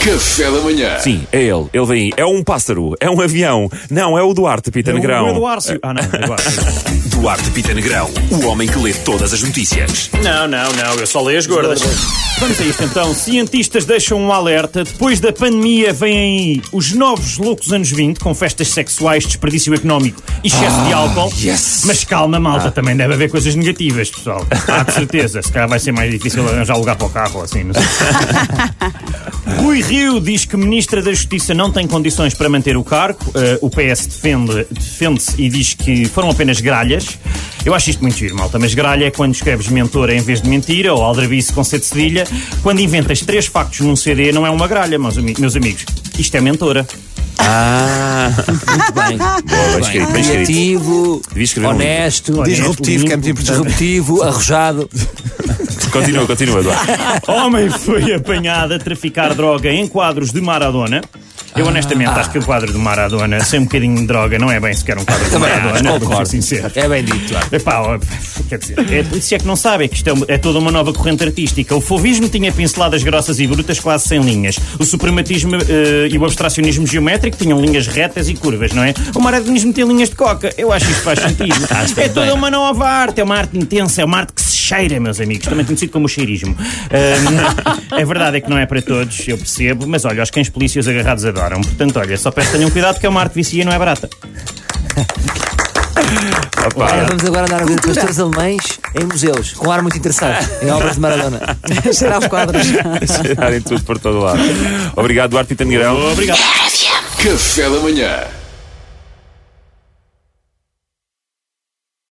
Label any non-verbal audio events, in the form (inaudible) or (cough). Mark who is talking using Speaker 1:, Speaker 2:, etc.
Speaker 1: Café da manhã.
Speaker 2: Sim, é ele. Ele vem. É um pássaro. É um avião. Não, é o Duarte Pita Negrão. É,
Speaker 3: O Eduardo. Ah, não, Eduardo.
Speaker 4: Duarte Pita Negrão, o homem que lê todas as notícias.
Speaker 3: (laughs) não, não, não, eu só leio as gordas. Vamos a isto então. Cientistas deixam um alerta. Depois da pandemia vêm aí os novos loucos anos 20, com festas sexuais, desperdício económico e excesso de álcool.
Speaker 4: yes.
Speaker 3: Mas calma, malta, também deve haver coisas negativas, pessoal. Há de certeza. Se calhar vai ser mais difícil arranjar lugar para o carro, assim, não sei. Rui Rio diz que Ministra da Justiça não tem condições para manter o cargo. Eh, o PS defende- defende-se e diz que foram apenas gralhas. Eu acho isto muito giro, malta, mas gralha é quando escreves mentora em vez de mentira, ou aldrabice com C de cedilha. Quando inventas três factos num CD, não é uma gralha, meus, ami- meus amigos. Isto é mentora.
Speaker 5: Ah, muito bem.
Speaker 2: Bem escrito, bem escrito.
Speaker 5: Criativo,
Speaker 2: Devia escrever um
Speaker 5: honesto,
Speaker 6: Disruptivo, que é muito importante.
Speaker 5: disruptivo,
Speaker 6: (laughs)
Speaker 5: arrojado.
Speaker 2: Continua, continua, (laughs) Duarte.
Speaker 3: Homem foi apanhado a traficar droga em quadros de Maradona. Eu honestamente acho que o quadro de Maradona, sem um bocadinho de droga, não é bem sequer um quadro de Maradona, vou ser sincero.
Speaker 5: É bem dito. ah.
Speaker 3: Epá, ó, quer dizer, é, se é que não sabem que isto é, um- é toda uma nova corrente artística. O fovismo tinha pinceladas grossas e brutas quase sem linhas. O suprematismo eh, e o abstracionismo geométrico tinham linhas retas e curvas, não é? O maradinismo tem linhas de coca. Eu acho que isto faz sentido. é toda uma nova arte, é uma arte intensa, é uma arte que se cheira, meus amigos. Também conhecido como o cheirismo. Ahm, (laughs) a verdade é que não é para todos, eu percebo, mas olha, os cães polícias agarrados adoram. Portanto, olha, só peço que tenham cuidado que é uma arte vicia e não é barata.
Speaker 5: Ora,
Speaker 2: (laughs)
Speaker 5: vamos agora andar a ver pastores alemães em museus, com um ar muito interessante, em obras de (laughs) Maradona.
Speaker 6: Será os quadros.
Speaker 2: Cheirarem tudo por todo lado. Obrigado, Duarte Pita Negrão.
Speaker 3: Obrigado.
Speaker 1: Café da manhã.